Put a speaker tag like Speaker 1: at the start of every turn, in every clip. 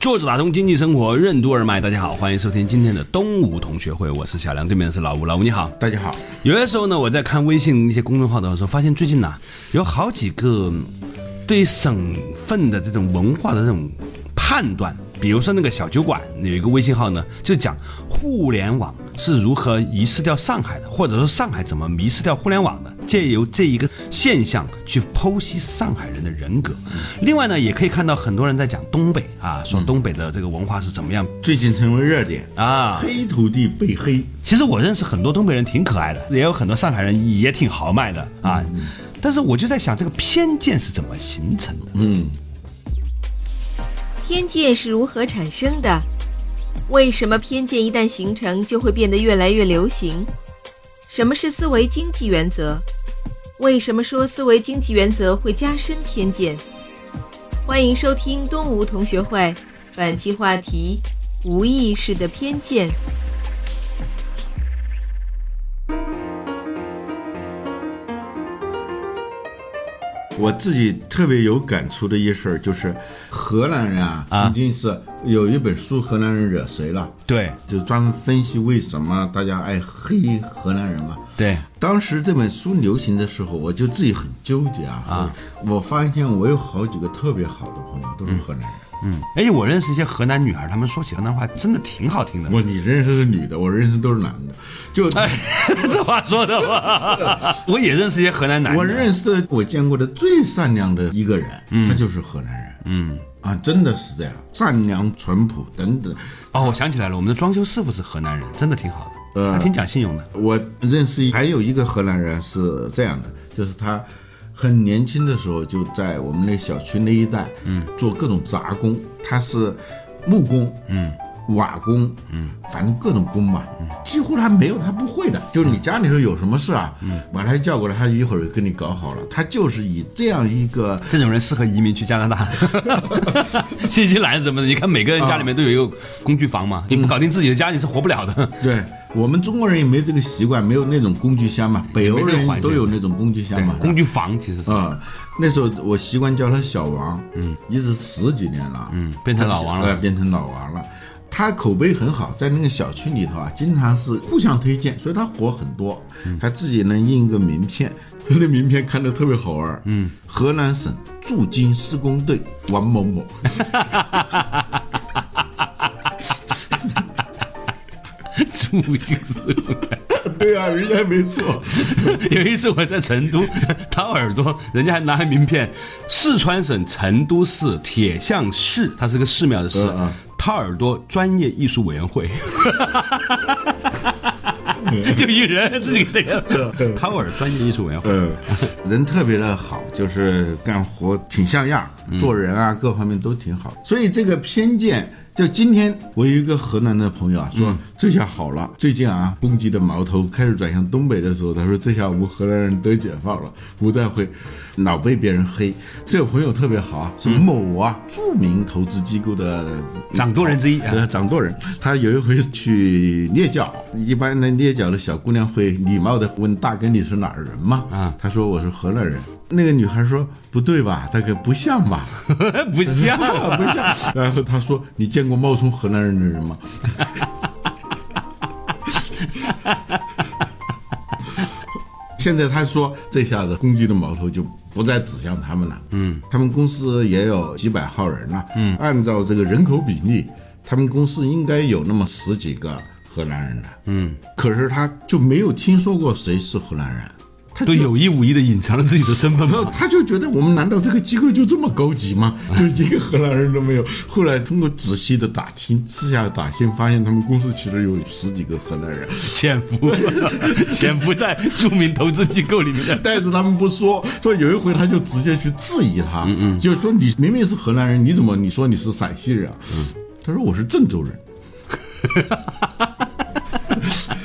Speaker 1: 作者打通经济生活任督二脉，大家好，欢迎收听今天的东吴同学会，我是小梁，对面的是老吴，老吴你好。
Speaker 2: 大家好，
Speaker 1: 有些时候呢，我在看微信一些公众号的时候，发现最近呐，有好几个嗯对省份的这种文化的这种判断，比如说那个小酒馆有一个微信号呢，就讲互联网是如何遗失掉上海的，或者说上海怎么迷失掉互联网的，借由这一个现象去剖析上海人的人格。另外呢，也可以看到很多人在讲东北啊，说东北的这个文化是怎么样
Speaker 2: 最近成为热点，
Speaker 1: 啊，
Speaker 2: 黑土地被黑，
Speaker 1: 其实我认识很多东北人挺可爱的，也有很多上海人也挺豪迈的啊。
Speaker 2: 嗯
Speaker 1: 但是我就在想，这个偏见是怎么形成的？
Speaker 3: 偏见是如何产生的？为什么偏见一旦形成就会变得越来越流行？什么是思维经济原则？为什么说思维经济原则会加深偏见？欢迎收听东吴同学会，本期话题：无意识的偏见。
Speaker 2: 我自己特别有感触的一事儿就是，荷兰人啊，曾经是有一本书《荷兰人惹谁了》，
Speaker 1: 对
Speaker 2: 就专门分析为什么大家爱黑荷兰人嘛。
Speaker 1: 对，
Speaker 2: 当时这本书流行的时候，我就自己很纠结啊。
Speaker 1: 啊
Speaker 2: 我我发现我有好几个特别好的朋友都是荷兰人。
Speaker 1: 嗯，而且我认识一些河南女孩，她们说起河南话真的挺好听的。
Speaker 2: 我你认识是女的，我认识都是男的，就
Speaker 1: 哎这话说的 吧，我也认识一些河南男的。
Speaker 2: 我认识的我见过的最善良的一个人，他就是河南人。嗯啊，真的是这样，善良、淳朴等等。
Speaker 1: 哦，我想起来了，我们的装修师傅是河南人，真的挺好的，
Speaker 2: 嗯
Speaker 1: 还挺讲信用的。
Speaker 2: 我认识还有一个荷兰人是这样的，就是他很年轻的时候就在我们那小区那一带，嗯，做各种杂工，他是木工，嗯。瓦工，嗯，反正各种工吧，嗯，几乎他没有他不会的。就是你家里头有什么事啊，嗯，把他叫过来，他一会儿就给你搞好了。他就是以这样一个
Speaker 1: 这种人适合移民去加拿 大、新西兰什么的。你看每个人家里面都有一个工具房
Speaker 2: 嗯
Speaker 1: 嘛，你不搞定自己的家，你是活不了的。
Speaker 2: 对我们中国人也没这个习惯，没有那种工具箱嘛，北欧人都有那种工具箱
Speaker 1: 对
Speaker 2: 嘛，，
Speaker 1: 工具房其实是。
Speaker 2: 啊、那时候我习惯叫他小王，嗯，一直十几年了，
Speaker 1: 嗯变成老王了
Speaker 2: 呃变成老王了。他口碑很好，在那个小区里头啊，经常是互相推荐，所以他火很多。
Speaker 1: 嗯
Speaker 2: 他自己能印一个名片，他的名片看着特别好玩。嗯，河南省驻京施工队王某某，
Speaker 1: 住进思路。
Speaker 2: 对啊，人家还没错。
Speaker 1: 有一次我在成都 掏耳朵，人家还拿名片，四川省成都市铁像寺，它是个寺庙的寺
Speaker 2: 嗯嗯，
Speaker 1: 掏耳朵专业艺术委员 会。 就一人自己这个掏耳专业艺术委员会，
Speaker 2: 嗯，人特别的好，就是干活挺像样，做人啊各方面都挺好。所以这个偏见，就今天我有一个河南的朋友啊，说、这下好了，最近啊攻击的矛头开始转向东北的时候，他说这下我们河南人得解放了，不再会老被别人黑。这个朋友特别好啊，是某啊、著名投资机构的
Speaker 1: 掌舵人之一啊
Speaker 2: 呃，掌舵人，他有一回去猎脚，一般的猎脚的小姑娘会礼貌的问大哥你是哪儿人嘛？啊，他说我是河南人。那个女孩说不对吧，大哥不像吧，
Speaker 1: 不像
Speaker 2: 不。像不像。然后他说你见过冒充河南人的人吗？现在他说这下子攻击的矛头就不再指向他们了。嗯，他们公司也有几百号人了。嗯，按照这个人口比例，他们公司应该有那么十几个荷兰人的。嗯，可是他就没有听说过谁是荷兰人。他
Speaker 1: 都
Speaker 2: 就
Speaker 1: 有意无意的隐藏了自己的身份
Speaker 2: 然后
Speaker 1: 嘛。
Speaker 2: 他就觉得我们难道这个机构就这么高级吗？就一个荷兰人都没有。后来通过仔细的打听，私下打听，发现他们公司其实有十几个荷兰人，
Speaker 1: 潜伏， 潜伏在著名投资机构里面的
Speaker 2: 但是他们不说。说有一回他就直接去质疑他，就说你明明是荷兰人，你怎么你说你是陕西人啊？他说我是郑州人。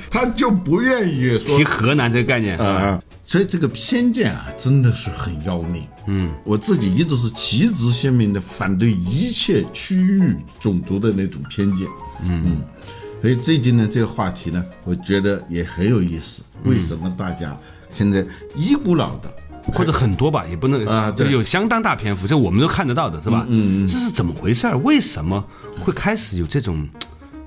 Speaker 2: 他就不愿意说
Speaker 1: 提河南这个概念，
Speaker 2: 啊，所以这个偏见啊，真的是很要命。嗯，我自己一直是旗帜鲜明的反对一切区域种族的那种偏见。嗯嗯，所以最近呢，这个话题呢，我觉得也很有意思。为什么大家现在一股脑的？
Speaker 1: 或者很多吧，也不能
Speaker 2: 啊对
Speaker 1: 有相当大篇幅，这我们都看得到的是吧？嗯嗯，这是怎么回事儿？为什么会开始有这种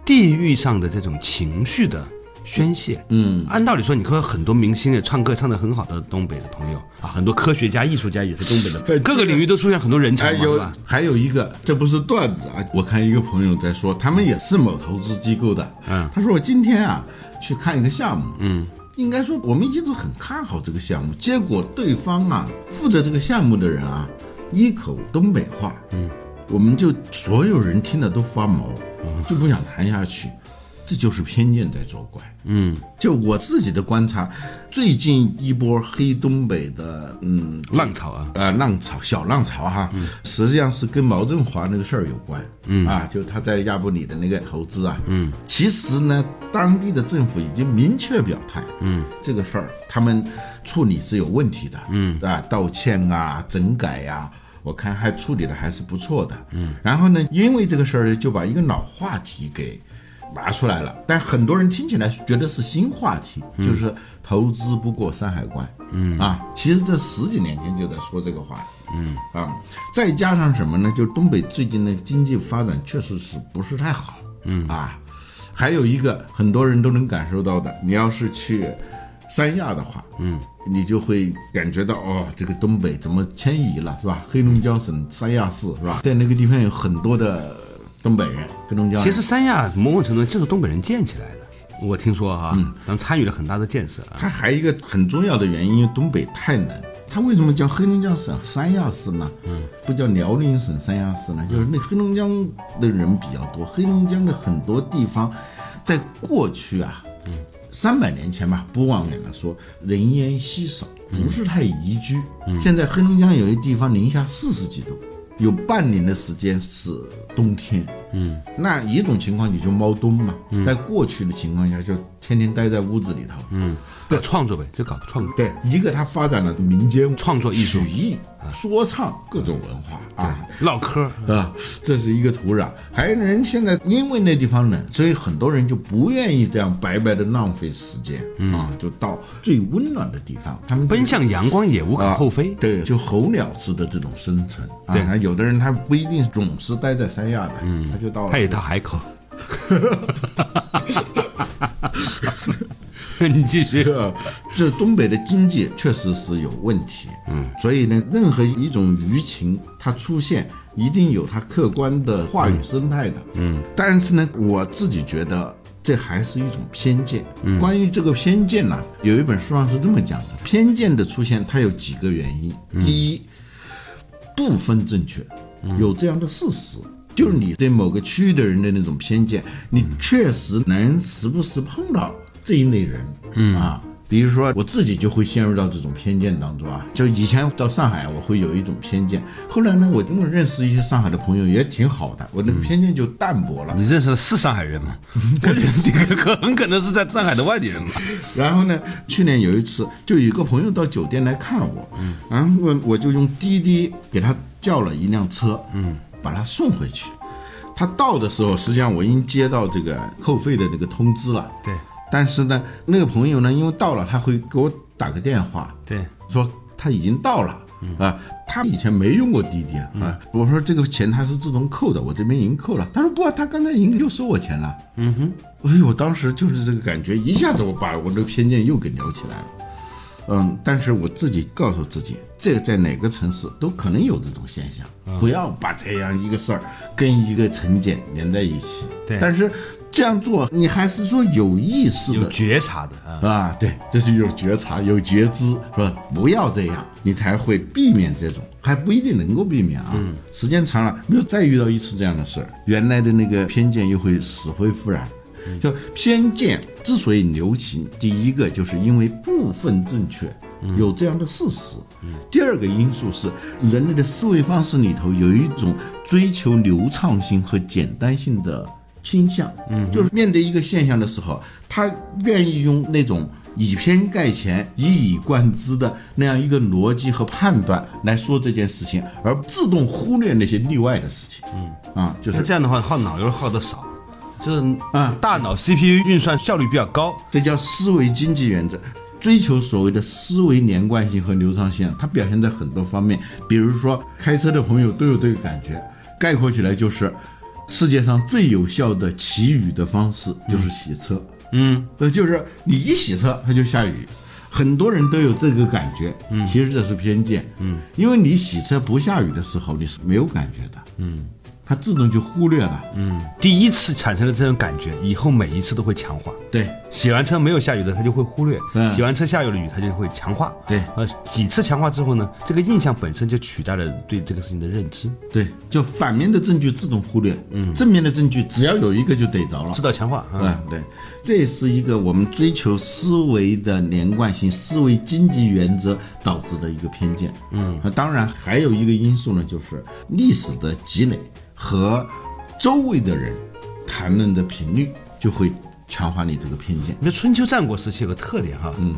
Speaker 1: 地域上的这种情绪的宣泄？嗯，按道理说，你看很多明星也唱歌唱得很好的东北的朋友啊，很多科学家、艺术家也是东北
Speaker 2: 哎
Speaker 1: 的，各个领域都出现很多人才
Speaker 2: 还
Speaker 1: 嘛，是
Speaker 2: 有
Speaker 1: 吧？
Speaker 2: 还有一个，这不是段子啊！我看一个朋友在说，他们也是某投资机构的，嗯，他说我今天啊去看一个项目，嗯，应该说我们一直很看好这个项目，结果对方啊负责这个项目的人啊一口东北话，嗯，我们就所有人听了都发毛，
Speaker 1: 嗯
Speaker 2: 就不想谈下去，这就是偏见在作怪，嗯，就我自己的观察，最近一波黑东北的，嗯，
Speaker 1: 浪潮啊，
Speaker 2: 呃浪潮小浪潮哈，实际上是跟毛振华那个事儿有关，嗯啊，就他在亚布里的那个投资啊，嗯，其实呢，当地的政府已经明确表态，嗯，这个事儿他们处理是有问题的，嗯啊，道歉啊，整改呀、我看还处理的还是不错的，嗯，然后呢，因为这个事儿就把一个老话题给拿出来了，但很多人听起来觉得是新话题，就是投资不过山海关。嗯啊，其实这十几年前就在说这个话题。嗯啊，再加上什么呢？就东北最近的经济发展确实是不是太好。嗯啊，还有一个很多人都能感受到的，你要是去三亚的话，嗯，你就会感觉到哦，这个东北怎么迁移了，是吧？黑龙江省三亚市是吧？在那个地方有很多的东北人，黑龙江人。
Speaker 1: 其实三亚某种程度就是东北人建起来的，我听说哈，咱们参与了很大的建设啊。
Speaker 2: 它还有一个很重要的原因，东北太难。它为什么叫黑龙江省三亚市呢？嗯，不叫辽宁省三亚市呢？就是那黑龙江的人比较多，黑龙江的很多地方，在过去啊，嗯，三百年前吧，不往远了说，人烟稀少，不是太宜居。现在黑龙江有些地方零下四十几度，有半年的时间是冬天。嗯，那一种情况你就猫冬嘛，在过去的情况下就天天待在屋子里头。嗯，
Speaker 1: 搞创作呗，就搞创作。
Speaker 2: 对，一个它发展了民间
Speaker 1: 创作艺术嗯
Speaker 2: 曲艺、说唱各种文化啊。
Speaker 1: 唠嗑儿，
Speaker 2: 啊，这是一个土壤。还有人现在因为那地方冷，所以很多人就不愿意这样白白的浪费时间、啊，就到最温暖的地方，他们就
Speaker 1: 嗯奔向阳光也无可
Speaker 2: 啊
Speaker 1: 厚非。
Speaker 2: 对，就候鸟式的这种生存。啊
Speaker 1: 对，嗯
Speaker 2: 有的人他不一定总是待在三亚的，他就到
Speaker 1: 他也到海口。 你继续。
Speaker 2: 这这东北的经济确实是有问题，嗯，所以呢，任何一种舆情它出现，一定有它客观的话语生态的，嗯，但是呢，我自己觉得。这还是一种偏见。关于这个偏见呢、有一本书上是这么讲的：偏见的出现，它有几个原因。第一，部分正确，有这样的事实，就是你对某个区域的人的那种偏见，你确实能时不时碰到这一类人，嗯啊。比如说，我自己就会陷入到这种偏见当中啊。就以前到上海，我会有一种偏见。后来呢，我因为认识一些上海的朋友，也挺好的，我那个偏见就淡薄了。
Speaker 1: 你认识的是上海人吗？我觉得你可很可能是在上海的外地人嘛。
Speaker 2: 然后呢，去年有一次，就有一个朋友到酒店来看我，嗯，然后我就用滴滴给他叫了一辆车，嗯，把他送回去。他到的时候，实际上我已经接到这个扣费的这个通知了，
Speaker 1: 对
Speaker 2: 但是呢，那个朋友呢，因为到了，他会给我打个电话，
Speaker 1: 对，
Speaker 2: 说他已经到了，啊，他以前没用过滴滴啊。我说这个钱他是自动扣的，我这边已经扣了。他说不啊，他刚才已经又收我钱了。嗯哼，哎呦，我当时就是这个感觉，一下子我把我这个偏见又给撩起来了。嗯，但是我自己告诉自己，这在哪个城市都可能有这种现象，不要把这样一个事儿跟一个成见连在一起。
Speaker 1: 对
Speaker 2: 但是这样做，你还是说有意识
Speaker 1: 有
Speaker 2: 的
Speaker 1: 觉察的啊。
Speaker 2: 啊，对，这是有觉察、有觉知，是吧？不要这样，你才会避免这种，还不一定能够避免啊。时间长了，没有再遇到一次这样的事儿，原来的那个偏见又会死灰复燃。就偏见之所以流行，第一个就是因为部分正确。有这样的事实。第二个因素是人类的思维方式里头有一种追求流畅性和简单性的倾向，嗯，就是面对一个现象的时候，他愿意用那种以偏概全、一以贯之的那样一个逻辑和判断来说这件事情，而自动忽略那些例外的事情，嗯，啊，就是
Speaker 1: 那这样的话耗脑油耗的少，就是
Speaker 2: 啊
Speaker 1: 大脑 CPU 运算效率比较高。
Speaker 2: 这叫思维经济原则，追求所谓的思维连贯性和流畅性，它表现在很多方面，比如说开车的朋友都有这个感觉，概括起来就是，世界上最有效的祈雨的方式就是洗车，嗯，呃，就是你一洗车它就下雨。很多人都有这个感觉，嗯，其实这是偏见，嗯，因为你洗车不下雨的时候，你是没有感觉的，嗯，它自动就忽略了，嗯，
Speaker 1: 第一次产生了这种感觉，以后每一次都会强化。
Speaker 2: 对，
Speaker 1: 洗完车没有下雨的，它就会忽略；
Speaker 2: 嗯
Speaker 1: 洗完车下雨了雨，它就会强化。
Speaker 2: 对
Speaker 1: 呃，几次强化之后呢，这个印象本身就取代了对这个事情的认知，
Speaker 2: 对，就反面的证据自动忽略，嗯，正面的证据只要有一个就逮着了
Speaker 1: 知。道强化啊。
Speaker 2: 嗯，对，这也是一个我们追求思维的连贯性、思维经济原则导致的一个偏见。嗯，那当然还有一个因素呢，就是历史的积累和周围的人谈论的频率就会强化你这个偏见。
Speaker 1: 你说春秋战国时期有个特点哈，嗯，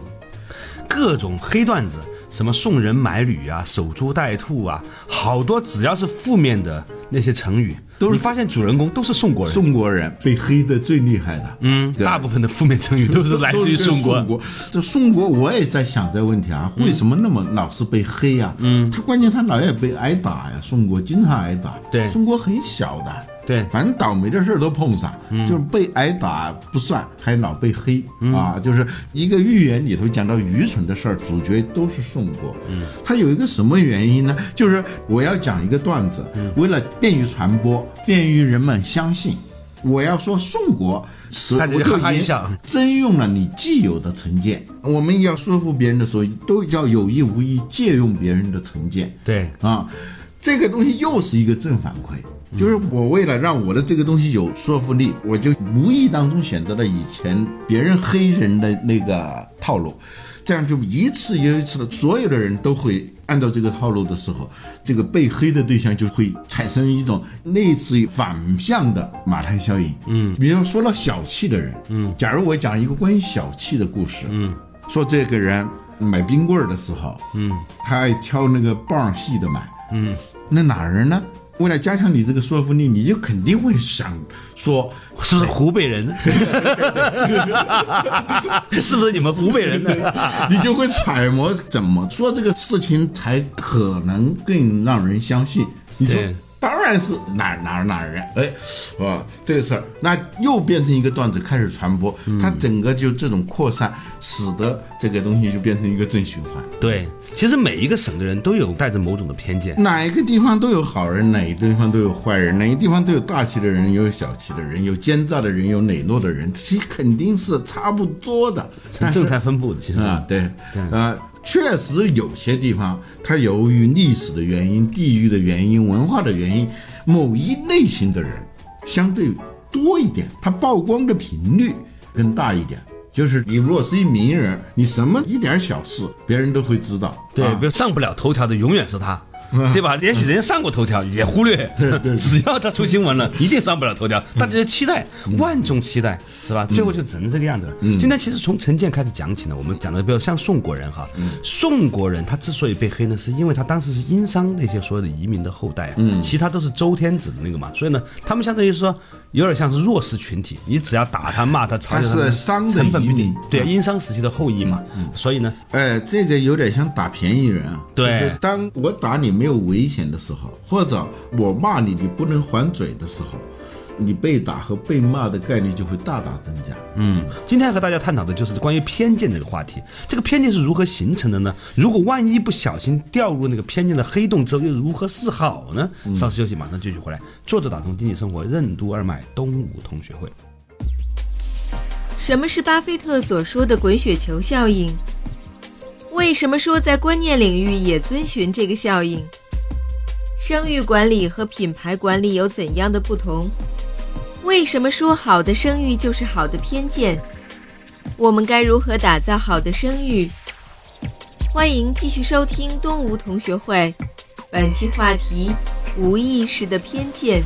Speaker 1: 各种黑段子，什么送人买履啊、守株待兔啊，好多只要是负面的那些成语，
Speaker 2: 都是
Speaker 1: 你发现主人公都是宋国人。
Speaker 2: 宋国人被黑的最厉害的，
Speaker 1: 嗯，
Speaker 2: 对
Speaker 1: 大部分的负面成语都是来自于
Speaker 2: 都是跟
Speaker 1: 宋
Speaker 2: 宋
Speaker 1: 国。
Speaker 2: 这宋国我也在想这个问题啊，为什么那么老是被黑呀、嗯，他关键他老也被挨打呀，宋国经常挨打。
Speaker 1: 对
Speaker 2: 宋国很小的。
Speaker 1: 对嗯
Speaker 2: 反正倒霉的事儿都碰上，就是被挨打不算，还老被黑、啊！就是一个寓言里头讲到愚蠢的事儿，主角都是宋国。嗯，他有一个什么原因呢？就是我要讲一个段子，
Speaker 1: 嗯
Speaker 2: 为了便于传播，便于人们相信，我要说宋国使
Speaker 1: 大家就
Speaker 2: 我就
Speaker 1: 哈哈一
Speaker 2: 引
Speaker 1: 笑
Speaker 2: 征用了你既有的成见。我们要说服别人的时候，都要有意无意借用别人的成见
Speaker 1: 对，
Speaker 2: 啊。这个东西又是一个正反馈，就是我为了让我的这个东西有说服力，我就无意当中选择了以前别人黑人的那个套路，这样就一次又一次的，所有的人都会按照这个套路的时候，这个被黑的对象就会产生一种类似于反向的马太效应。嗯，比如说到小气的人，嗯，假如我讲一个关于小气的故事，嗯，说这个人买冰棍儿的时候，嗯，他爱挑那个棒儿细的买，嗯，那哪儿呢？为了加强你这个说服力，你就肯定会想说，
Speaker 1: 是不是湖北人？是不是你们湖北人呢？
Speaker 2: 你就会揣摩怎么做这个事情才可能更让人相信。你说
Speaker 1: 对，
Speaker 2: 当然是哪儿哪儿哪儿人，哎，哇，这个事儿，那又变成一个段子开始传播，它整个就这种扩散，使得这个东西就变成一个正循环。
Speaker 1: 对，其实每一个省的人都有带着某种的偏 见。
Speaker 2: 哪一个地方都有好人，哪一个地方都有坏人，哪一个地方都有大气的人，也有小气的人，有奸诈的人，有磊落的人，其实肯定是差不多的。
Speaker 1: 呈正态分布的，其实
Speaker 2: 啊，对，啊，确实有些地方，它由于历史的原因、地域的原因、文化的原因，某一类型的人相对多一点，它曝光的频率更大一点。就是你如果是一名人，你什么一点小事，别人都会知道。
Speaker 1: 对，
Speaker 2: 啊嗯
Speaker 1: 比如上不了头条的永远是他。对吧？也许人家上过头条，也忽略。 只要他出新闻
Speaker 2: 嗯
Speaker 1: 了，一定上不了头条。大家就期待，万众期待，是
Speaker 2: 嗯
Speaker 1: 吧？最后就只能这个样子了。今天其实从陈建开始讲起呢，我们讲的比较像宋国人哈。
Speaker 2: 嗯
Speaker 1: 宋国人他之所以被黑呢，是因为他当时是殷商那些所有的移民的后代啊，
Speaker 2: 嗯
Speaker 1: 其他都是周天子的那个嘛，所以呢，他们相当于说有点像是弱势群体。你只要打他、骂他、嘲笑
Speaker 2: 他是
Speaker 1: 呢
Speaker 2: 商的
Speaker 1: 成本
Speaker 2: 移
Speaker 1: 比你
Speaker 2: 民
Speaker 1: 对殷商时期的后裔嘛，所以呢，
Speaker 2: 哎，这个有点像打便宜人啊。
Speaker 1: 对
Speaker 2: 就是当我打你没有危险的时候，或者我骂你你不能还嘴的时候，你被打和被骂的概率就会大大增加。
Speaker 1: 嗯，今天和大家探讨的就是关于偏见这个话题。这个偏见是如何形成的呢？如果万一不小心掉入那个偏见的黑洞之后，又如何是好呢？稍事休息，马上继续回来。作者打通经济生活任督二脉，东吴同学会。
Speaker 3: 什么是巴菲特所说的滚雪球效应？为什么说在观念领域也遵循这个效应？声誉管理和品牌管理有怎样的不同？为什么说好的声誉就是好的偏见？我们该如何打造好的声誉？欢迎继续收听东吴同学会，本期话题：无意识的偏见。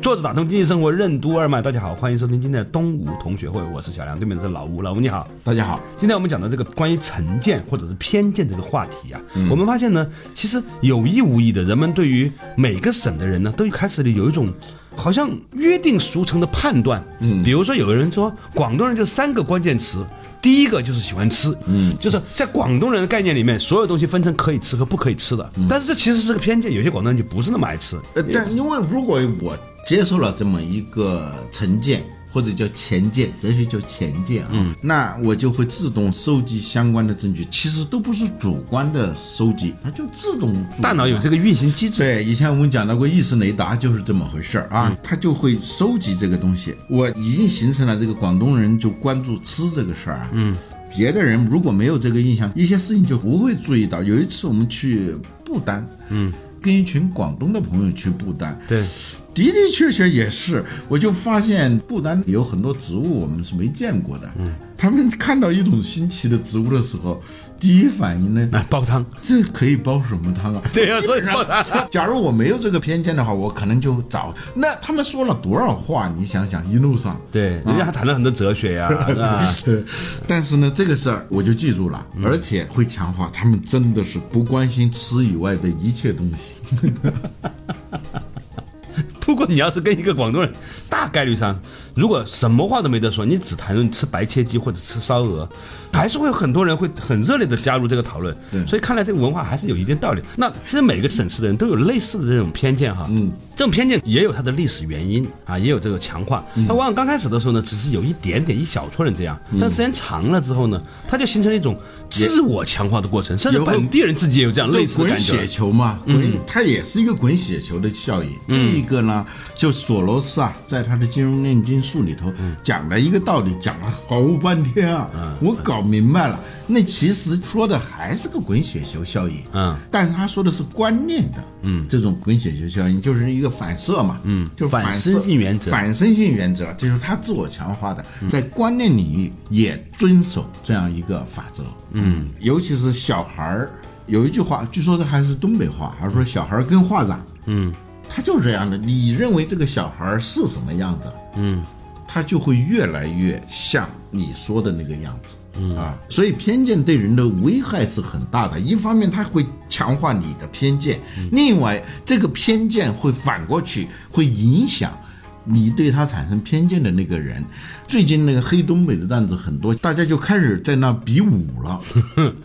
Speaker 1: 坐着打通经济生活，任督二脉。大家好，欢迎收听今天的东吴同学会，我是小梁，对面是老吴，老吴你好。
Speaker 2: 大家好，
Speaker 1: 今天我们讲的这个关于成见或者是偏见这个话题啊，我们发现呢，其实有意无意的，人们对于每个省的人呢，都开始了有一种好像约定俗成的判断。嗯，比如说有个人说，广东人就三个关键词。第一个就是喜欢吃，嗯，就是在广东人的概念里面，所有东西分成可以吃和不可以吃的。但是这其实是个偏见，有些广东人就不是那么爱吃。
Speaker 2: 呃，但因为如果我接受了这么一个成见。或者叫前见，哲学叫前见啊，那我就会自动收集相关的证据，其实都不是主观的收集，它就自动主观。
Speaker 1: 大脑有这个运行机制，
Speaker 2: 对，以前我们讲到过意识雷达就是这么回事儿啊，它就会收集这个东西。我已经形成了这个广东人就关注吃这个事儿啊，嗯，别的人如果没有这个印象，一些事情就不会注意到。有一次我们去不丹，嗯，跟一群广东的朋友去不丹，
Speaker 1: 对，
Speaker 2: 的的确确也是，我就发现不丹有很多植物我们是没见过的，嗯，他们看到一种新奇的植物的时候，第一反应呢，
Speaker 1: 来煲汤。
Speaker 2: 这可以煲什么汤啊？
Speaker 1: 对呀、所以煲汤。
Speaker 2: 假如我没有这个偏见的话，我可能就找那他们说了多少话？你想想，一路上，
Speaker 1: 对，人家还谈了很多哲学 呀、是吧？
Speaker 2: 但是呢，这个事儿我就记住了，而且会强化他们真的是不关心吃以外的一切东西。
Speaker 1: 不过你要是跟一个广东人，大概率上，如果什么话都没得说，你只谈论吃白切鸡或者吃烧鹅，还是会有很多人会很热烈的加入这个讨论。
Speaker 2: 对
Speaker 1: 所以看来这个文化还是有一定道理。那其实每个省市的人都有类似的这种偏见哈，嗯，这种偏见也有它的历史原因啊，也有这个强化。
Speaker 2: 嗯
Speaker 1: 它往往刚开始的时候呢，只是有一点点一小撮人这样，但时间长了之后呢，它就形成了一种自我强化的过程，甚至
Speaker 2: 也会
Speaker 1: 本地人自己也有这样类似的
Speaker 2: 滚
Speaker 1: 感觉嗯
Speaker 2: 雪。球嘛，滚，它也是一个滚雪球的效应。这一个呢，就索罗斯啊，在他的《金融炼金术》里头
Speaker 1: 嗯
Speaker 2: 讲了一个道理，讲了好半天啊，我搞明白了。那其实说的还是个滚雪球效应，
Speaker 1: 嗯，
Speaker 2: 但是他说的是观念的，嗯，这种滚雪球效应就是一个反射嘛，嗯，就是
Speaker 1: 反
Speaker 2: 射
Speaker 1: 身性原则嗯
Speaker 2: 反身性原则就是他自我强化的，在观念领域也遵守这样一个法则。嗯，尤其是小孩儿，有一句话，据说这还是东北话，还说小孩儿跟画长。嗯，他就是这样的。你认为这个小孩儿是什么样子？嗯，他就会越来越像你说的那个样子。嗯啊，所以偏见对人的危害是很大的。一方面，它会强化你的偏见；另外，这个偏见会反过去会影响你对他产生偏见的那个人。最近那个黑东北的段子很多，大家就开始在那比武了，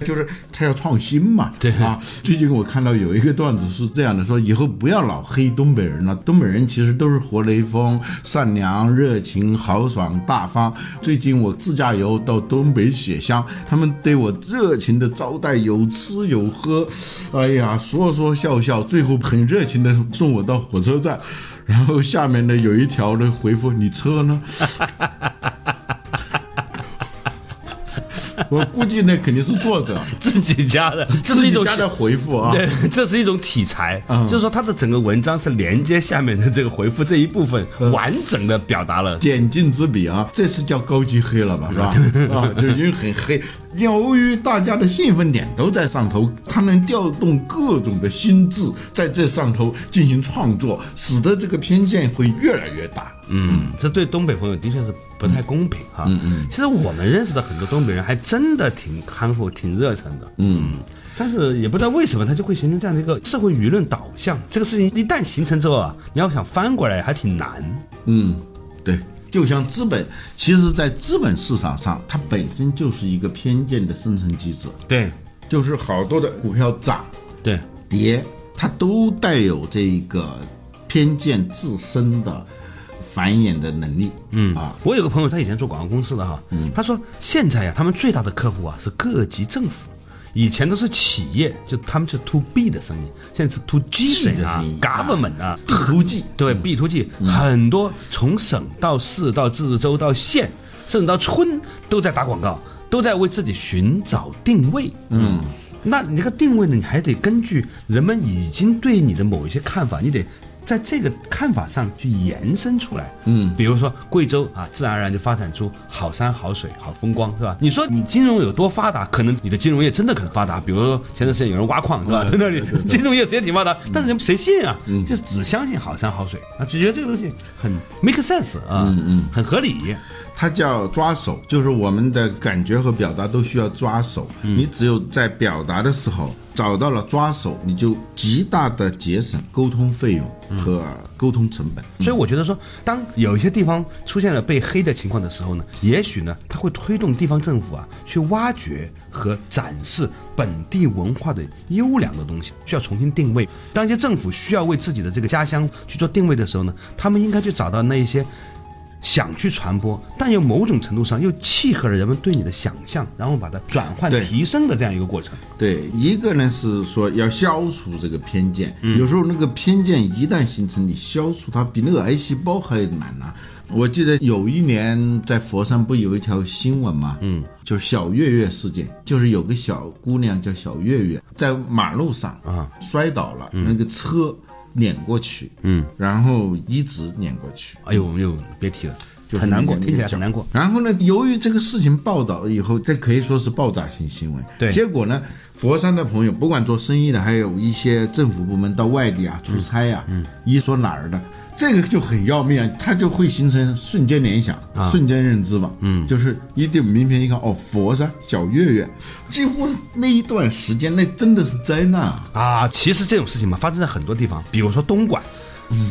Speaker 2: 就是他要创新嘛。对啊， 最近我看到有一个段子是这样的，说以后不要老黑东北人了，东北人其实都是活雷锋、善良、热情、豪爽、大方。最近我自驾游到东北雪乡，他们对我热情的招待，有吃有喝，哎呀，说说笑笑，最后很热情的送我到火车站。然后下面呢有一条的回复：“你车呢？” 我估计那肯定是作者
Speaker 1: 自己家的，这
Speaker 2: 自
Speaker 1: 是一
Speaker 2: 己
Speaker 1: 种
Speaker 2: 家的回复啊。
Speaker 1: 对， 这是一种体裁，就是说它的整个文章是连接下面的这个回复这一部分，完整的表达了。
Speaker 2: 点睛之笔啊，这次叫高级黑了吧，是吧？啊，就已经很黑。由于大家的兴奋点都在上头，它能调动各种的心智在这上头进行创作，使得这个偏见会越来越大。
Speaker 1: 嗯，这对东北朋友的确是不太公平哈。嗯嗯，其实我们认识的很多东北人还真的挺憨厚、挺热诚的。嗯。但是也不知道为什么，它就会形成这样的一个社会舆论导向。这个事情一旦形成之后啊，你要想翻过来还挺难。
Speaker 2: 嗯，对，就像资本，其实，在资本市场上，它本身就是一个偏见的生成机制，
Speaker 1: 对，
Speaker 2: 就是好多的股票涨
Speaker 1: 对，
Speaker 2: 跌，它都带有这个偏见自身的繁衍的能力。嗯啊，
Speaker 1: 我有个朋友，他以前做广告公司的哈，他说现在呀、他们最大的客户啊是各级政府，以前都是企业，就他们是 to B 的生意，现在是 to G 生意啊嗯
Speaker 2: 生意
Speaker 1: ，government 啊，
Speaker 2: 地图记
Speaker 1: 对 B to G 很多从省到市到自治州到县，甚至到村都在打广告，都在为自己寻找定位。嗯。那你这个定位呢？你还得根据人们已经对你的某一些看法，你得在这个看法上去延伸出来。
Speaker 2: 嗯
Speaker 1: 比如说贵州啊，自然而然就发展出好山好水好风光，是吧？你说你金融有多发达，可能你的金融业真的很发达。比如说前段时间有人挖矿，是吧？在 那里金融业直接挺发达，但是人谁信啊？就只相信好山好水啊，就觉得这个东西很 make sense 啊，很合理。
Speaker 2: 它叫抓手，就是我们的感觉和表达都需要抓手。你只有在表达的时候找到了抓手，你就极大的节省沟通费用和沟通成本。
Speaker 1: 所以我觉得说，当有一些地方出现了被黑的情况的时候呢，也许呢，它会推动地方政府啊去挖掘和展示本地文化的优良的东西，需要重新定位。当一些政府需要为自己的这个家乡去做定位的时候呢，他们应该去找到那一些。想去传播，但又某种程度上又契合了人们对你的想象，然后把它转换
Speaker 2: 对
Speaker 1: 提升的这样一个过程。
Speaker 2: 对，一个呢是说要消除这个偏见，有时候那个偏见一旦形成，你消除它比那个癌细胞还难呐、我记得有一年在佛山不有一条新闻嘛，嗯，就是小月月事件，就是有个小姑娘叫小月月，在马路上啊摔倒了，那个车碾过去，嗯，然后一直碾过去，
Speaker 1: 哎呦，哎呦，别提了，
Speaker 2: 就是
Speaker 1: 很难过，
Speaker 2: 那个
Speaker 1: 听起来很难过。
Speaker 2: 然后呢，由于这个事情报道以后，这可以说是爆炸性新闻。
Speaker 1: 对
Speaker 2: 结果呢，佛山的朋友，不管做生意的，还有一些政府部门到外地啊出差啊，嗯，一说哪儿的，这个就很要命啊，它就会形成瞬间联想、
Speaker 1: 啊
Speaker 2: 瞬间认知嘛。嗯，就是一定名片一看，哦，佛山小岳岳，几乎那一段时间，那真的是灾难啊。
Speaker 1: 啊，其实这种事情嘛，发生在很多地方，比如说东莞。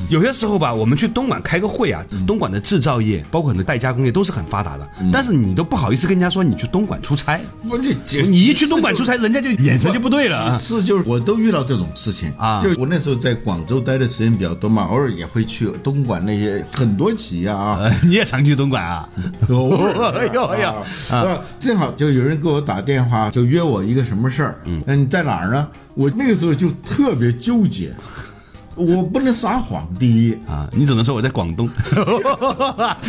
Speaker 1: 有些时候吧，我们去东莞开个会啊，东莞的制造业，包括很多代加工业都是很发达的，但是你都不好意思跟人家说你去东莞出差，
Speaker 2: 我这
Speaker 1: 你一去东莞出差，人家就 眼神就不对了啊。
Speaker 2: 是，就是我都遇到这种事情
Speaker 1: 啊
Speaker 2: 就我那时候在广州待的时间比较多嘛，偶尔也会去东莞那些很多企业啊，
Speaker 1: 呃，你也常去东莞啊？
Speaker 2: 偶尔、
Speaker 1: 哎呦哎呦
Speaker 2: 啊，啊正好就有人给我打电话，就约我一个什么事儿，嗯，你在哪儿呢？我那个时候就特别纠结，我不能撒谎，第一，
Speaker 1: 啊，你只能说我在广东，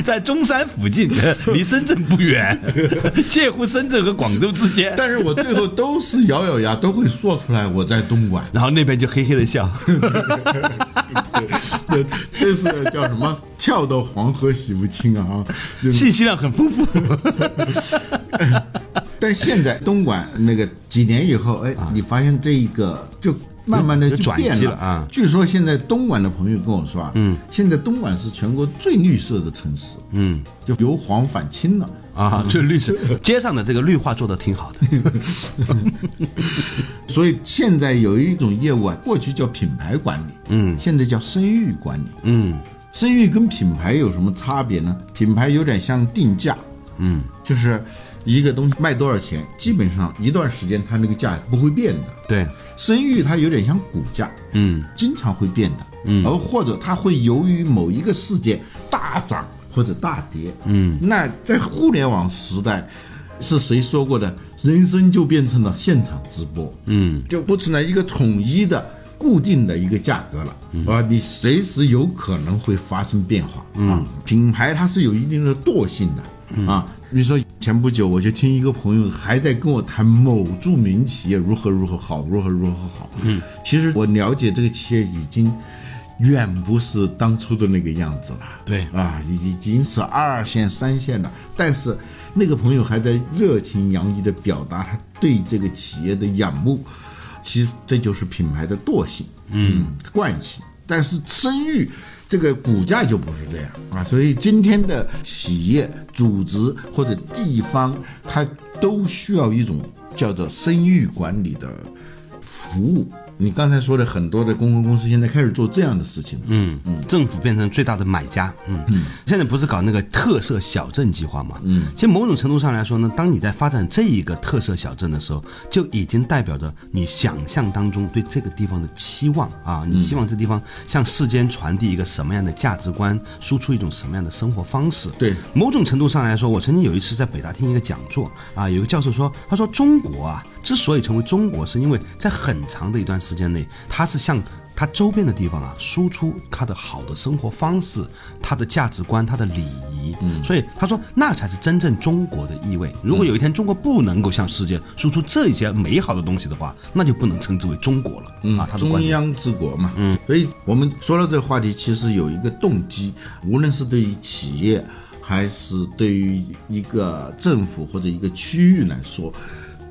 Speaker 1: 在中山附近，离深圳不远， 介乎深圳和广州之间。
Speaker 2: 但是我最后都是咬咬牙都会说出来我在东莞，
Speaker 1: 然后那边就嘿嘿的笑，
Speaker 2: 这是叫什么？跳到黄河洗不清啊！就是
Speaker 1: 信息量很丰富。
Speaker 2: 但现在东莞那个几年以后，哎，你发现这一个就慢慢的
Speaker 1: 啊有有
Speaker 2: 就
Speaker 1: 转
Speaker 2: 变
Speaker 1: 机了啊
Speaker 2: 据说现在东莞的朋友跟我说啊，嗯，现在东莞是全国最绿色的城市，嗯，就由黄反青了。
Speaker 1: 啊，这绿色街上的这个绿化做的挺好的。
Speaker 2: 所以现在有一种业务啊，过去叫品牌管理，嗯，现在叫声誉管理，
Speaker 1: 嗯，
Speaker 2: 声誉跟品牌有什么差别呢？品牌有点像定价，嗯，就是一个东西卖多少钱，基本上一段时间它那个价不会变的，
Speaker 1: 对，
Speaker 2: 声誉它有点像股价，
Speaker 1: 嗯，
Speaker 2: 经常会变的，嗯，而或者它会由于某一个事件大涨或者大跌，嗯，那在互联网时代，是谁说过的？人生就变成了现场直播，嗯，就不存在一个统一的。固定的一个价格了，啊，你随时有可能会发生变化。啊，品牌它是有一定的惰性的啊。比如说前不久我就听一个朋友还在跟我谈某著名企业如何如何好，如何如何好。嗯，其实我了解这个企业已经远不是当初的那个样子了。
Speaker 1: 对
Speaker 2: 啊，已已经是二线、三线了。但是那个朋友还在热情洋溢地表达他对这个企业的仰慕。其实这就是品牌的惰性，嗯，惯性。但是声誉这个股价就不是这样啊，所以今天的企业、组织或者地方，它都需要一种叫做声誉管理的服务。你刚才说的很多的公关公司现在开始做这样的事情了，嗯，
Speaker 1: 政府变成最大的买家。嗯，现在不是搞那个特色小镇计划嘛？嗯，其实某种程度上来说呢，当你在发展这一个特色小镇的时候，就已经代表着你想象当中对这个地方的期望啊，你希望这地方向世间传递一个什么样的价值观，输出一种什么样的生活方式。
Speaker 2: 对
Speaker 1: 某种程度上来说，我曾经有一次在北大听一个讲座啊，有一个教授说，他说中国啊之所以成为中国，是因为在很长的一段时间内，它是向它周边的地方啊，输出它的好的生活方式、它的价值观、它的礼仪。嗯，所以他说那才是真正中国的意味。如果有一天中国不能够向世界输出这些美好的东西的话，那就不能称之为中国了、啊。他的观
Speaker 2: 中
Speaker 1: 点。
Speaker 2: 央之国嘛，嗯，所以我们说到这个话题，其实有一个动机，无论是对于企业，还是对于一个政府或者一个区域来说，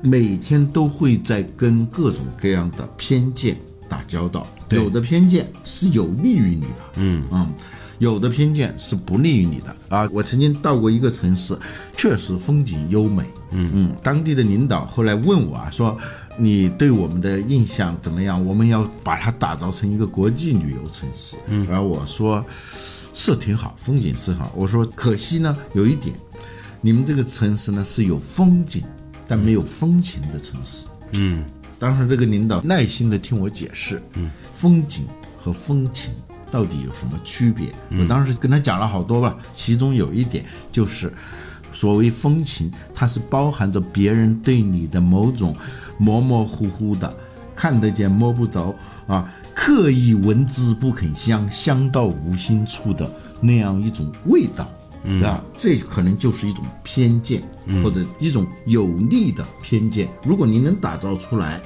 Speaker 2: 每天都会在跟各种各样的偏见打交道，
Speaker 1: 对
Speaker 2: 有的偏见是有利于你的，嗯嗯。有的偏见是不利于你的啊！我曾经到过一个城市，确实风景优美，嗯嗯，当地的领导后来问我啊，说你对我们的印象怎么样？我们要把它打造成一个国际旅游城市。嗯，然后我说是挺好，风景是好。我说可惜呢，有一点，你们这个城市呢是有风景，但没有风情的城市。当时这个领导耐心的听我解释，嗯，风景和风情到底有什么区别？我当时跟他讲了好多吧，其中有一点就是，所谓风情，它是包含着别人对你的某种模模糊糊的、看得见摸不着啊，刻意闻之不肯香，香到无心处的那样一种味道。啊，这可能就是一种偏见，或者一种有利的偏见。如果你能打造出来，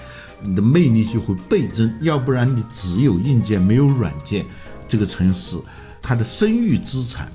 Speaker 2: 你的魅力就会倍增；要不然你只有硬件没有软件，这个城市它的生育资产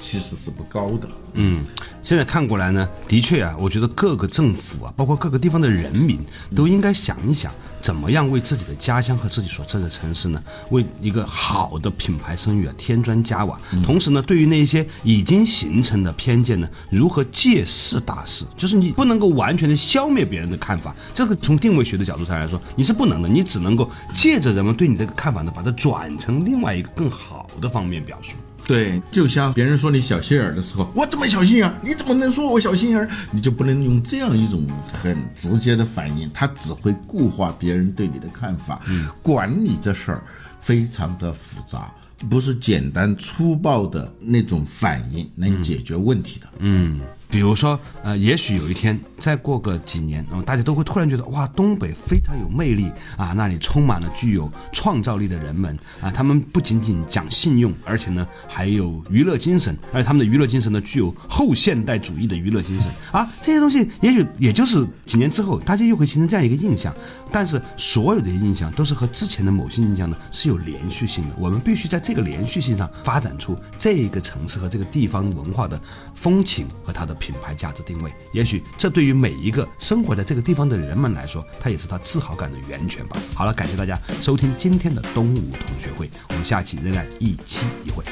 Speaker 2: 其实是不高的。
Speaker 1: 嗯，现在看过来呢，的确啊，我觉得各个政府啊，包括各个地方的人民，都应该想一想，怎么样为自己的家乡和自己所在的城市呢，为一个好的品牌声誉啊添砖加瓦。同时呢，对于那一些已经形成的偏见呢，如何借势打势，就是你不能够完全的消灭别人的看法，这个从定位学的角度上来说，你是不能的，你只能够借着人们对你这个看法呢，把它转成另外一个更好的方面表述。
Speaker 2: 对，就像别人说你小心眼儿的时候，我怎么小心眼儿？你怎么能说我小心眼儿？你就不能用这样一种很直接的反应，他只会固化别人对你的看法。管理这事儿非常的复杂，不是简单粗暴的那种反应能解决问题的。
Speaker 1: 嗯，比如说，呃，也许有一天，再过个几年，然后大家都会突然觉得，哇，东北非常有魅力啊，那里充满了具有创造力的人们啊，他们不仅仅讲信用，而且呢，还有娱乐精神，而且他们的娱乐精神呢，具有后现代主义的娱乐精神啊，这些东西也许也就是几年之后，大家又会形成这样一个印象，但是所有的印象都是和之前的某些印象呢是有连续性的，我们必须在这个连续性上发展出这个城市和这个地方文化的风情和它的品牌价值定位。也许这对于每一个生活在这个地方的人们来说，它也是他自豪感的源泉吧。好了，感谢大家收听今天的东吴同学会，我们下期仍然一期一会。